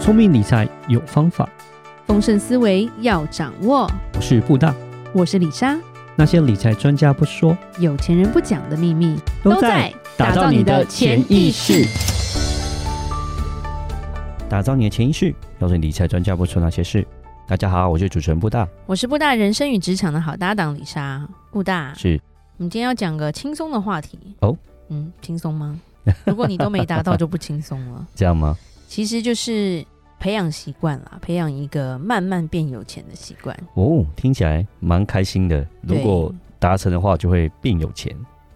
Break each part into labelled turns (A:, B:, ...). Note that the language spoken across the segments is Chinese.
A: 聪明理财有方法，
B: 丰盛思维要掌握。
A: 我是布大。
B: 我是李莎，
A: 那些理财专家不说，
B: 有钱人不讲的秘密
A: 打造你的潜意识。，打造你的潜意识，告诉你理财专家不说那些事。大家好，我是主持人布大，
B: 我是布大人生与职场的好搭档李莎。布大，
A: 是
B: 我们今天要讲个轻松的话题
A: 哦。
B: 嗯，轻 松吗？如果你都没达到，就不轻松了。
A: 这样吗？
B: 其实就是培养习惯啦，培养一个慢慢变有钱的习惯。
A: 哦，听起来蛮开心的。如
B: 对
A: 果达成的话，就会变有钱，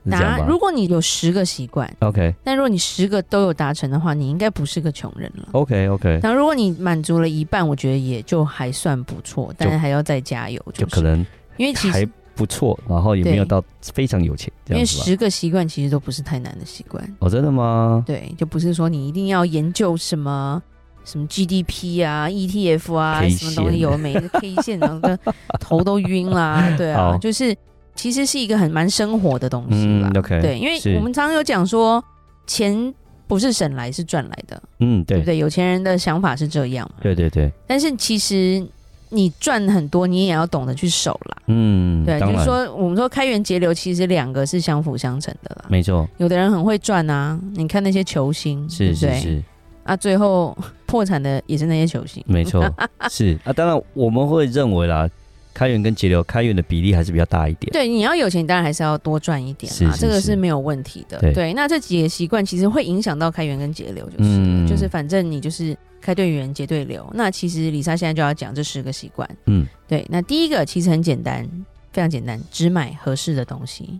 A: 是这样
B: 达，如
A: 吗
B: 果你有十个习惯，
A: ？OK
B: 但如果你十个都有达成的话，你应该不是个穷人了。
A: OK OK，
B: 然后，如果你满足了一半，我觉得也就还算不错，但是还要再加油，
A: 就是可能
B: 因为其
A: 还
B: 实
A: 不错，然后也没有
B: 对
A: 到非常有钱这
B: 因为
A: 样子吧？
B: 十个习惯其实都不是太难的习惯，
A: 哦，真的吗？
B: 对，就不是说你一定要研究什么什么 GDP 啊、ETF 啊
A: K
B: 什么东西
A: 线
B: 有 没的 K 线，然后都头都晕啦，对啊
A: 好，
B: 就是其实是一个很蛮生活的东西啦
A: 嗯，，OK，
B: 对，因为
A: 是
B: 我们常常有讲说钱不是省来是赚来的，
A: 嗯，
B: 对
A: 对
B: 不对？有钱人的想法是这样嘛，
A: 对对对，
B: 但是其实你赚很多，你也要懂得去守啦。
A: 嗯，
B: 对，
A: 当
B: 就
A: 然，
B: 是说，我们说开源节流，其实两个是相辅相成的啦。
A: 没错，
B: 有的人很会赚啊，你看那些球星，对
A: 是
B: 不
A: 是
B: 对？
A: 是，
B: 啊，最后破产的也是那些球星。
A: 没 错，是啊。当然，我们会认为啦，开源跟节流，开源的比例还是比较大一点。
B: 对，你要有钱，当然还是要多赚一点啦，
A: 是是
B: 这个
A: 是
B: 是没有问题的。
A: 对
B: 那这几个习惯其实会影响到开源跟节流，就是、
A: 嗯
B: 就是反正你就是开对源，节对流。那其实李莎现在就要讲这十个习惯。
A: 嗯，
B: 对，那第一个其实很简单，非常简单，只买合适的东西。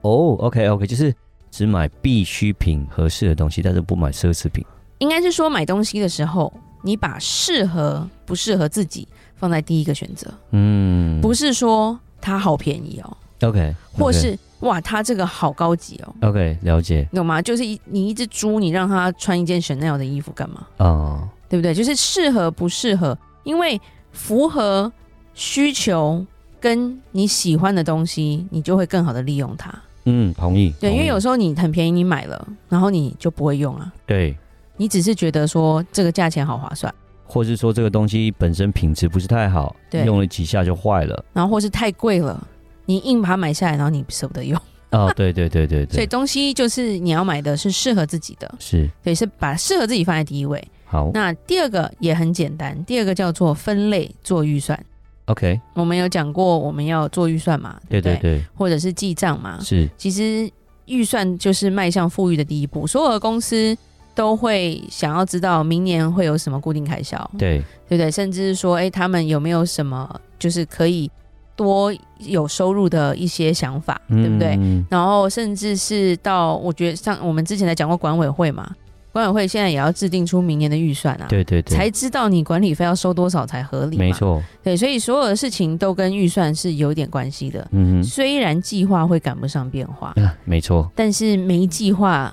A: 哦，OK OK，就是只买必需品合适的东西，但是不买奢侈品。
B: 应该是说买东西的时候，你把适合不适合自己放在第一个选择，
A: 嗯，
B: 不是说它好便宜哦，
A: OK，
B: 或是哇它这个好高级哦，
A: OK，了解
B: 你懂吗？就是一你一只猪，你让它穿一件 Chanel 的衣服干嘛？
A: 哦，
B: 对不对？就是适合不适合，因为符合需求跟你喜欢的东西，你就会更好的利用它。
A: 嗯，同意。
B: 对，因为
A: 同意
B: 有时候你很便宜，你买了，然后你就不会用啊，
A: 对，
B: 你只是觉得说这个价钱好划算。
A: 或是说这个东西本身品质不是太好，
B: 对
A: 用了几下就坏了。
B: 然后或是太贵了，你硬把它买下来，然后你舍不得用。
A: 哦，对对对对
B: 啊 所以
A: 对，
B: 东西就是你要买的是适合自己的，
A: 是
B: 对，是把适合自己放在第一位。
A: 好
B: 那第二个也很简单，第二个叫做分类做预算。
A: ，OK，
B: 我们有讲过我们要做预算嘛，
A: 对
B: 不
A: 对对，
B: 或者是记账嘛。
A: 是
B: 其实预算就是迈向富裕的第一步，所有的公司。都会想要知道明年会有什么固定开销，
A: 对，
B: 对不对？甚至是说，哎，他们有没有什么就是可以多有收入的一些想法，对不对？
A: 嗯？
B: 然后甚至是到我觉得像我们之前才讲过管委会嘛，管委会现在也要制定出明年的预算啊，
A: 对对对，
B: 才知道你管理费要收多少才合理。
A: 没，错，
B: 对，所以所有的事情都跟预算是有一点关系的。
A: 嗯哼
B: 虽然计划会赶不上变化，
A: 啊，没错，
B: 但是没计划，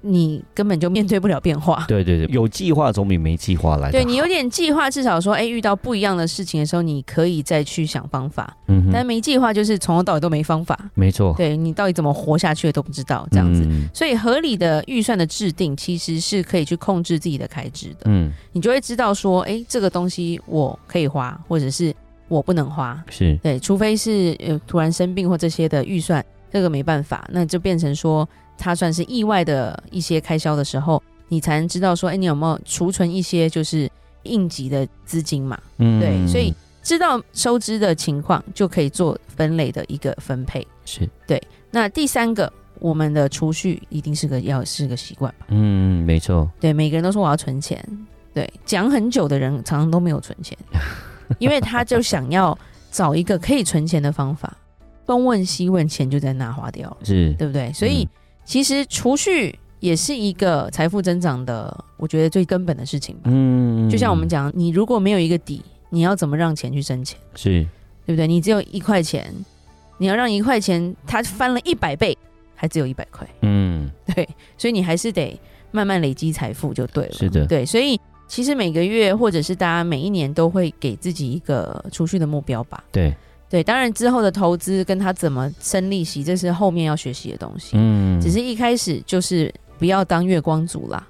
B: 你根本就面对不了变化。
A: 对对对，有计划总比没计划来的
B: 对你有
A: 好，
B: 点计划，至少说，哎，遇到不一样的事情的时候，你可以再去想方法。
A: 嗯
B: 但
A: 哼，
B: 没计划就是从头到尾都没方法，
A: 没错，
B: 对你到底怎么活下去都不知道，这样子。
A: 嗯
B: 所以合理的预算的制定，其实是可以去控制自己的开支的。
A: 嗯，
B: 你就会知道说，哎、这个东西我可以花，或者是我不能花。
A: 是
B: 对，除非是呃突然生病或这些的预算，这个没办法，那就变成说它算是意外的一些开销的时候，你才能知道说，哎、你有没有储存一些就是应急的资金嘛？
A: 嗯
B: 对，所以知道收支的情况，就可以做分类的一个分配。
A: 是
B: 那第三个，我们的储蓄一定是个要是个习惯吧？
A: 嗯，没错，
B: 对，每个人都说我要存钱，对，讲很久的人常常都没有存钱，因为他就想要找一个可以存钱的方法，东问西问，钱就在那花掉了，
A: 是
B: 对不对？所以、
A: 嗯
B: 其实储蓄也是一个财富增长的，我觉得最根本的事情吧。
A: 嗯
B: 就像我们讲，你如果没有一个底，你要怎么让钱去生钱，
A: 是
B: 对不对？你只有一块钱，你要让一块钱它翻了一百倍，还只有一百块。
A: 嗯
B: 对，所以你还是得慢慢累积财富就对了。
A: 是的
B: 对，所以其实每个月或者是大家每一年都会给自己一个储蓄的目标吧。
A: 对，
B: 对，当然之后的投资跟他怎么生利息，这是后面要学习的东西。
A: 嗯
B: 只是一开始就是不要当月光族啦，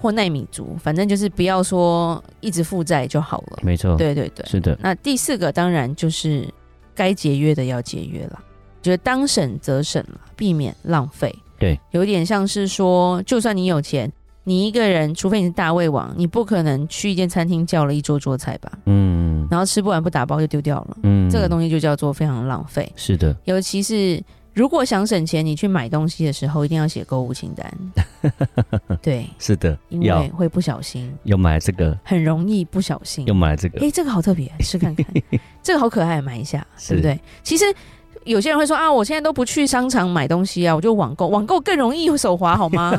B: 或耐米族，反正就是不要说一直负债就好了。
A: 没错，，
B: 对对对。
A: 是的，
B: 那第四个当然就是该节约的要节约了，觉得当省则省了，避免浪费。
A: 对，
B: 有点像是说，就算你有钱，你一个人，除非你是大胃王，你不可能去一间餐厅叫了一桌桌菜吧，
A: 嗯
B: 然后吃不完不打包就丢掉了，
A: 嗯，
B: 这个东
A: 西
B: 西就叫做非常浪费。
A: 是的，
B: 尤其是如果想省钱，你去买东西的时候一定要写购物清 单，对，
A: 是的，
B: 因
A: 要
B: 为会不小心，
A: 要买这个，
B: 很容易不小心
A: 要买这个
B: 哎、，这个好特别，试 看看，这个好可爱，买一下，对
A: 是
B: 不对？其实有些人会说啊，我现在都不去商场买东西啊，我就网购，网购更容易手滑，好 吗？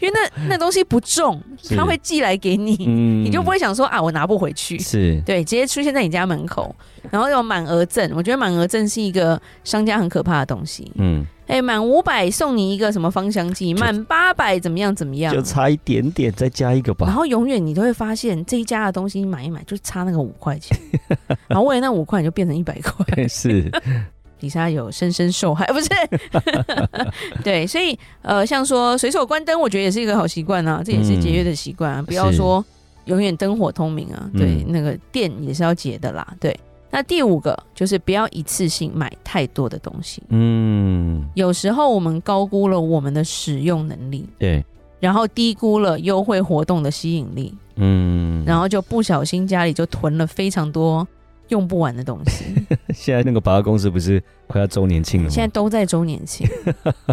B: 因为那那东西不重，
A: 是
B: 他会寄来给你，
A: 嗯
B: 你就不会想说啊，我拿不回去。
A: 是
B: 对，直接出现在你家门口，然后有满额赠，我觉得满额赠是一个商家很可怕的东西。
A: 嗯，
B: 哎、满五百送你一个什么芳香剂，
A: 就
B: 满八百怎么样怎么样
A: 就，差一点点，再加一个
B: 然
A: 吧，
B: 后永远你都会发现这一家的东西你买一买就差那个五块 钱，然后为了那五块你就变成一百块。
A: 是，
B: 李莎有深深受害，哎不是？对，所以呃，像说随手关灯，我觉得也是一个好习惯啊，这也是节约的习惯啊，不要
A: 嗯是
B: 说永远灯火通明啊。对，
A: 嗯
B: 那个电也是要节的啦。对，那第五个就是不要一次性买太多的东西，
A: 嗯，
B: 有时候我们高估了我们的使用能力，
A: 对，
B: 然后低估了优惠活动的吸引力。
A: 嗯，
B: 然后就不小心家里就囤了非常多用不完的东西，
A: 现在那个百货公司不是快要周年庆了吗？
B: 现在都在周年庆，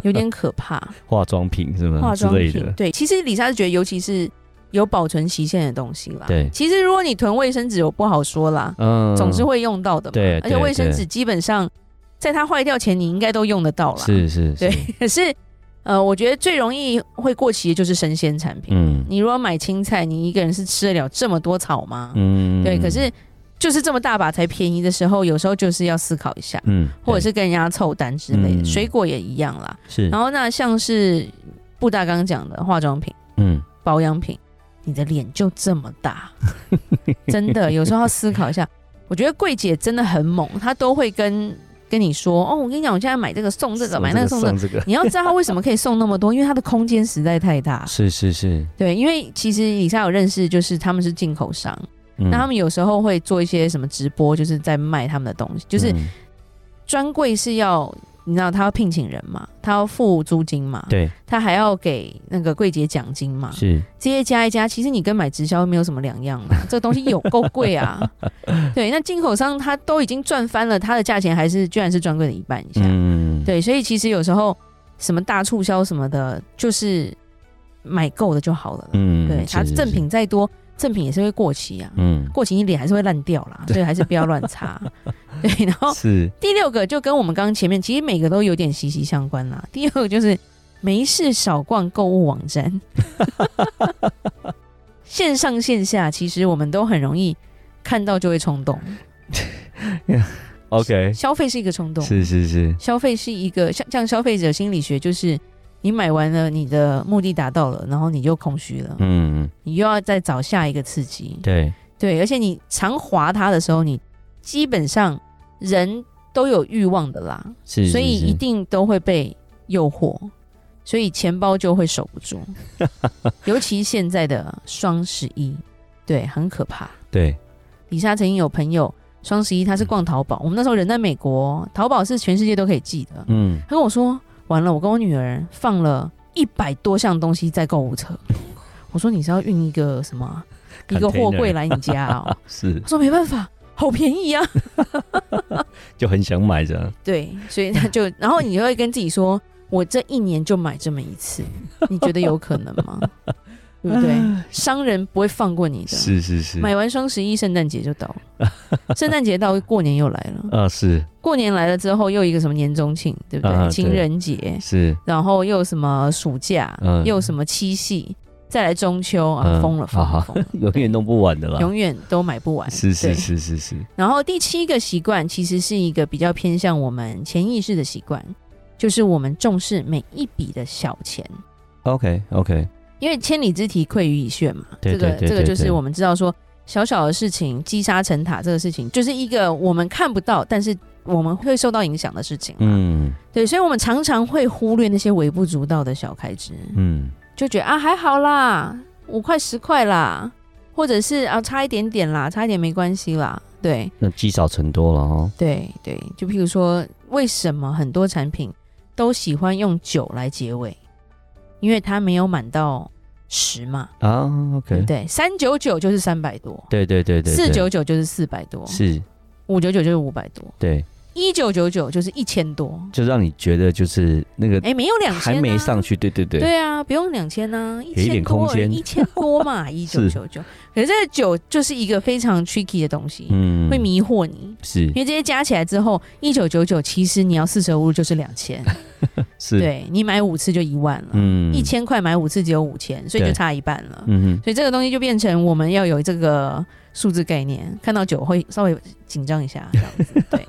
B: 有点可 怕。
A: 化妆品是吗？
B: 化妆
A: 嗯之类
B: 品
A: 的，
B: 对，其实李莎是觉得，尤其是有保存期限的东西啦。
A: 对
B: 其实如果你囤卫生纸，我不好说啦，
A: 嗯，
B: 总是会用到的嘛。
A: 对
B: 而且
A: 对
B: 卫生
A: 对
B: 纸基本上在它坏掉前，你应该都用得到啦。，
A: 是是是，
B: 啊对。 可是，呃，我觉得最容易会过期的就是生鲜产品。
A: 嗯
B: 你如果买青菜，你一个人是吃得了这么多草吗？
A: 嗯，
B: 对，可是就是这么大把才便宜的时候，有时候就是要思考一下，
A: 嗯，
B: 或者是跟人家凑单之类的。
A: 嗯
B: 水果也一样啦。
A: 对是，
B: 然后那像是布大刚讲的化妆品、
A: 嗯，
B: 保养品，你的脸就这么 大，真的有时候要思考一下。我觉得柜姐真的很猛，她都会跟跟你说哦，我跟你讲，我现在买这个送这个，买那个送这个。
A: 送这个，
B: 你要知道她为什么可以送那么多，因为她的空间实在 太大。
A: 是是是，
B: 对，因为其实以上有认识，就是他们是进口商，
A: 嗯
B: 那他们有时候会做一些什么直播，就是在卖他们的东西。就是
A: 嗯
B: 专柜是要，你知道他要聘请人嘛，他要付租金嘛，
A: 对
B: 他还要给那个柜姐奖金嘛，
A: 是，
B: 这些啊加一加，其实你跟买直销没有什么 两样啦。这个东西有够贵啊，对。那进口商他都已经赚翻了，他的价钱还是居然是专柜的一半以下，
A: 嗯，
B: 对。所以其实有时候什么大促销什么的，就是买够了就好了啦。
A: 嗯，
B: 对，它
A: 是
B: 赠，品再多，赠品也是会过期啊
A: 是。嗯，
B: 过期你脸还是会烂掉啦，所以还是不要乱 擦。对，然后
A: 是，
B: 第六个就跟我们刚刚前面其实每个都有点息息相关啦。第二个就是没事少逛购物网 站，线上线下其实我们都很容易看到就会冲动，
A: OK，
B: 消费是一个冲动，
A: 哎是是是，
B: 消费是一个像像消费者心理学就是。你买完了，你的目的达到了，然后你就空虚了，
A: 嗯，
B: 你又要再找下一个刺激。
A: 对，
B: 对，而且你常划它的时候，你基本上人都有欲望的啦，
A: 是，是
B: 所以一
A: 是
B: 定都会被诱惑，所以钱包就会守 不住。尤其现在的双十一，对，很可怕。
A: 对，
B: 李莎曾经有朋友双十一，她是
A: 嗯
B: 逛淘宝，我们那时候人在美国，淘宝是全世界都可以寄的。
A: 嗯，
B: 她跟我说，完了，我跟我女儿放了一百多项东西在购物车。我说你是要运一个什么啊 一个货柜
A: Container
B: 来你家哦？
A: 是
B: 我，说没办法，好便宜啊。
A: 就很想买着，
B: 对，所以他就，然后你就会跟自己说，我这一年就买这么一次，你觉得有可能 吗？对不对？商人不会放过你的。
A: 是是是，
B: 买完双十一，圣诞节就到 了，圣诞节到，过年又来了，
A: 啊，是
B: 过年来了之后又一个什么年终庆，对不对？
A: 啊对
B: 情人节，
A: 是，
B: 然后又什么暑假，
A: 嗯
B: 又什么七夕，再来中秋啊，
A: 嗯
B: 疯了疯
A: 好
B: 了
A: 好
B: 疯了，
A: 永远弄不完的啦，
B: 永远都买不完。
A: 是
B: 对
A: 是是是是，
B: 然后第七个习惯其实是一个比较偏向我们潜意识的习惯，就是我们重视每一笔的小钱，
A: OK OK，
B: 因为千里之堤溃于蚁穴嘛。
A: 对对
B: 这个
A: 对
B: 这个
A: 对
B: 就是
A: 对
B: 我们知道说小小的事情积沙成塔这个事情，就是一个我们看不到，但是我们会受到影响的事情。嗯，
A: 嗯
B: 对，所以我们常常会忽略那些微不足道的小开支，
A: 嗯，
B: 就觉得啊还好啦，五块十块啦，或者是啊差一点点啦，差一点没关系啦，对
A: 那积少成多了哦。
B: 对对，就譬如说，为什么很多产品都喜欢用九来结尾？因为它没有满到十嘛，
A: 啊
B: 对
A: ，OK，
B: 不对？三九九就是三百多，
A: 对对对对，
B: 四
A: 对
B: 九九就是四百多，
A: 是，
B: 五九九就是五百多，
A: 对，
B: 一九九九就是一千 多，
A: 就让你觉得就是那个
B: 哎，没有两千、啊，
A: 还没上去，对对对，
B: 对啊，不用两千呢，一
A: 给一点
B: 千多
A: 空间
B: 一千多嘛，一九九九。可是这个九就是一个非常 tricky 的东西，
A: 嗯
B: 会迷惑你，
A: 是
B: 因为这些加起来之后，一九九九其实你要四舍五入就是两千，
A: 是，
B: 对你买五次就一万了，
A: 嗯
B: 一，千块买五次只有五千，所以就
A: 对
B: 差一半了。
A: 嗯哼，
B: 所以这个东西就变成我们要有这个数字概念，看到九会稍微紧张一下，这样子 对，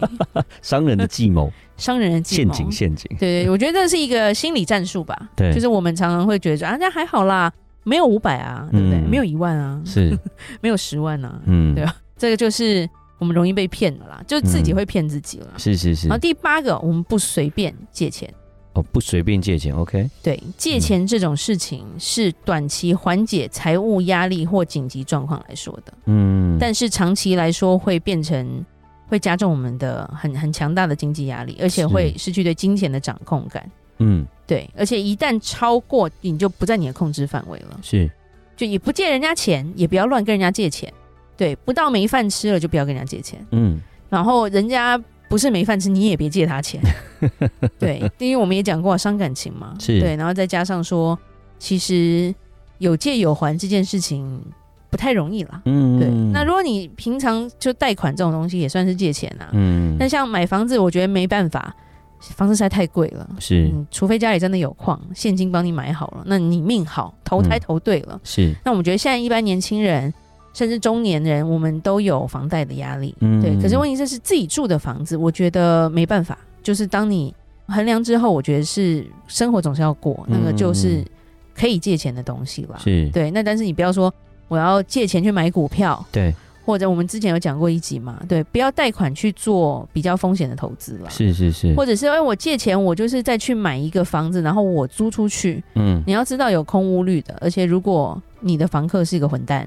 A: 商人的计谋，
B: 商人的 计
A: 陷
B: 谋
A: 阱，陷阱，
B: 对对，我觉得这是一个心理战术吧。
A: 对
B: 就是我们常常会觉得说啊，那还好啦，没有五百啊，对不对？
A: 嗯
B: 没有一万啊，
A: 是，
B: 没有十万啊，
A: 嗯，
B: 对这个就是我们容易被骗的啦，就自己会骗自己了啦。
A: 是是是
B: 然后，第八个，我们不随便借钱。
A: 哦，不随便借钱，OK，
B: 对，借钱这种事情是短期缓解财务压力或紧急状况来说的，
A: 嗯，
B: 但是长期来说会变成会加重我们的很很强大的经济压力，而且
A: 是
B: 会失去对金钱的掌控感。
A: 嗯
B: 对，而且一旦超过，你就不在你的控制范围了，
A: 是，
B: 就也不借人家钱，也不要乱跟人家借钱。对，不到没饭吃了就不要跟人家借钱，
A: 嗯
B: 然后人家不是没饭吃，你也别借 他钱。对，因为我们也讲过伤感情嘛，
A: 是
B: 对，然后再加上说，其实有借有还这件事情不太容易啦。
A: 嗯，
B: 对，那如果你平常就贷款这种东西也算是借钱啊，
A: 嗯
B: 那、像买房子，我觉得没办法，房子实在太贵了。
A: 是
B: 嗯，除非家里真的有矿，现金帮你买好了，那你命好，投胎
A: 嗯
B: 投对了。
A: 是，
B: 那我觉得现在一般年轻人，甚至中年人，我们都有房贷的压力。
A: 嗯
B: 对，可是问题是是自己住的房子，我觉得没办法。就是当你衡量之后，我觉得是生活总是要过，那个就是
A: 嗯
B: 可以借钱的东西啦。
A: 是，
B: 对，那但是你不要说我要借钱去买股票，
A: 对，
B: 或者我们之前有讲过一集嘛，对，不要贷款去做比较风险的投资啦。
A: 是是是，
B: 或者是哎、我借钱，我就是再去买一个房子，然后我租出去。
A: 嗯
B: 你要知道有空屋率的，而且如果你的房客是一个混蛋，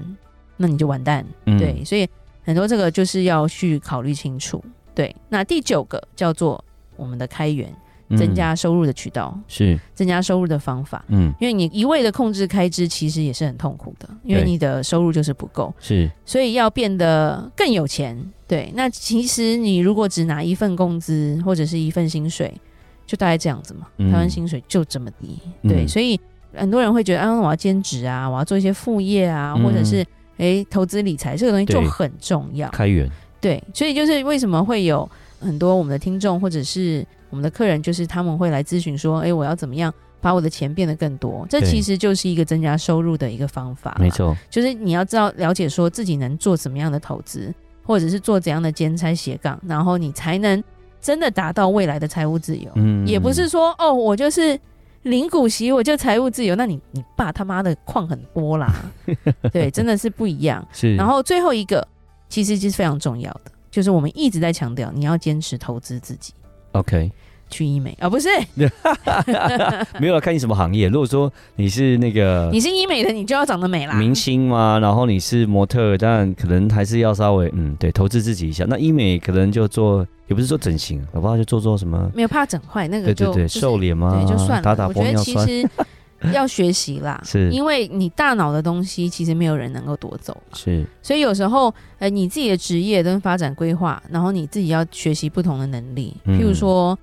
B: 那你就完蛋。
A: 嗯
B: 对，所以很多这个就是要去考虑清楚。对，那第九个叫做我们的开源，增
A: 嗯
B: 加收入的渠道，
A: 是，
B: 增加收入的方法。
A: 嗯
B: 因为你一味的控制开支，其实也是很痛苦的，因为
A: 对
B: 你的收入就是不够。
A: 是，
B: 所以要变得更有钱。对，那其实你如果只拿一份工资或者是一份薪水，就大概这样子嘛。
A: 嗯
B: 台湾薪水就这么低，
A: 嗯
B: 对，所以很多人会觉得啊，我要兼职啊，我要做一些副业啊，
A: 嗯
B: 或者是诶、投资理财这个东西就
A: 对
B: 很重要。
A: 开源，
B: 对，所以就是为什么会有很多我们的听众或者是我们的客人，就是他们会来咨询说，诶，我要怎么样把我的钱变得更多？这
A: 对
B: 其实就是一个增加收入的一个方法。
A: 没。错，
B: 就是你要知道了解说自己能做怎么样的投资，或者是做怎样的兼差斜杠，然后你才能真的达到未来的财务自由。
A: 嗯
B: 也不是说哦，我就是零股息我就财务自由，那你你爸他妈的矿很多 啦，对，真的是不一样。
A: 是，
B: 然后最后一个其实是非常重要的，就是我们一直在强调你要坚持投资自己。
A: OK，
B: 去医美啊、不是，
A: 呃没有看你什么行业。如果说你是那个
B: 呃你是医美的，你就要长得美啦。
A: 明星嘛，然后你是模特，但可能还是要稍微嗯，对，投资自己一下。那医美可能就做，也不是说整形，啊搞不好就做做什么，
B: 没有怕整坏那个
A: 对
B: 就
A: 对对，
B: 就是
A: 瘦脸嘛，
B: 对，就算了。
A: 打打
B: 我觉
A: 玻
B: 得
A: 尿
B: 其
A: 酸，
B: 实要学习啦，
A: 是
B: 因为你大脑的东西其实没有人能够夺走嘛，
A: 是
B: 所以有时候呃，你自己的职业跟发展规划，然后你自己要学习不同的能力，
A: 嗯
B: 譬如说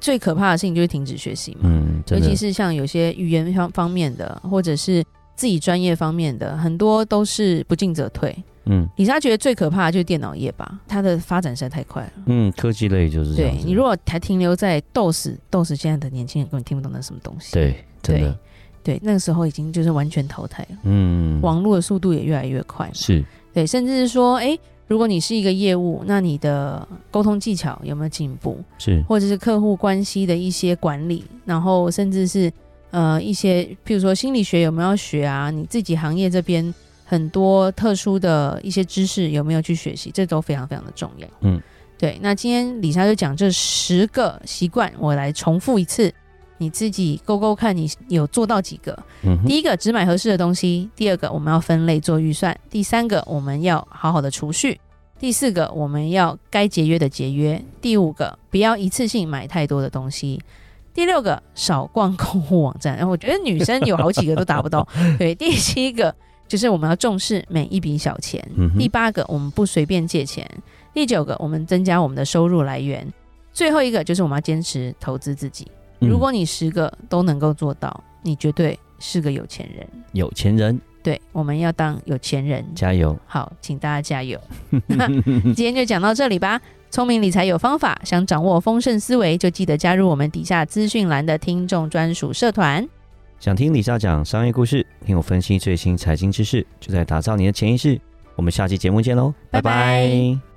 B: 最可怕的事情就是停止学习嘛，
A: 嗯，
B: 尤
A: 真的
B: 其是像有些语言方方面的，或者是自己专业方面的，很多都是不进则退。
A: 嗯
B: 李莎觉得最可怕的就是电脑业吧，它的发展实在太快了。
A: 嗯，科技类就是这
B: 对
A: 样子
B: 你如果还停留在斗士，斗士现在的年轻人根本听不懂那是什么东西。
A: 对真的
B: 对，那个时候已经就是完全淘汰了，
A: 嗯，
B: 网络的速度也越来越快嘛。
A: 是
B: 对，甚至是说，诶，如果你是一个业务，那你的沟通技巧有没有进步，
A: 是
B: 或者是客户关系的一些管理，然后甚至是呃一些，譬如说心理学有没有学啊？你自己行业这边很多特殊的一些知识有没有去学习，这都非常非常的重要。
A: 嗯，
B: 对。那今天李莎就讲这十个习惯，我来重复一次。你自己勾勾看你有做到几个。
A: 嗯哼，
B: 第一个只买合适的东西，第二个我们要分类做预算，第三个我们要好好的储蓄，第四个我们要该节约的节约，第五个不要一次性买太多的东西。第六个，少逛购物网站。哎然后我觉得女生有好几个都达不 到。对，第七个就是我们要重视每一笔小钱。
A: 嗯
B: 第
A: 哼，
B: 八个，我们不随便借钱；第九个，我们增加我们的收入来源；最后一个就是我们要坚持投资自己。
A: 嗯
B: 如果你十个都能够做到，你绝对是个有钱人。
A: 嗯有钱人
B: 对，我们要当有钱人。
A: 加油，
B: 好，请大家加油。 那今天就讲到这里吧。聪明理财有方法，想掌握丰盛思维，就记得加入我们底下资讯栏的听众专属社团。
A: 想听李莎讲商业故事，听我分析最新财经知识，就在打造你的潜意识。我们下期节目见喽，
B: 拜拜
A: 拜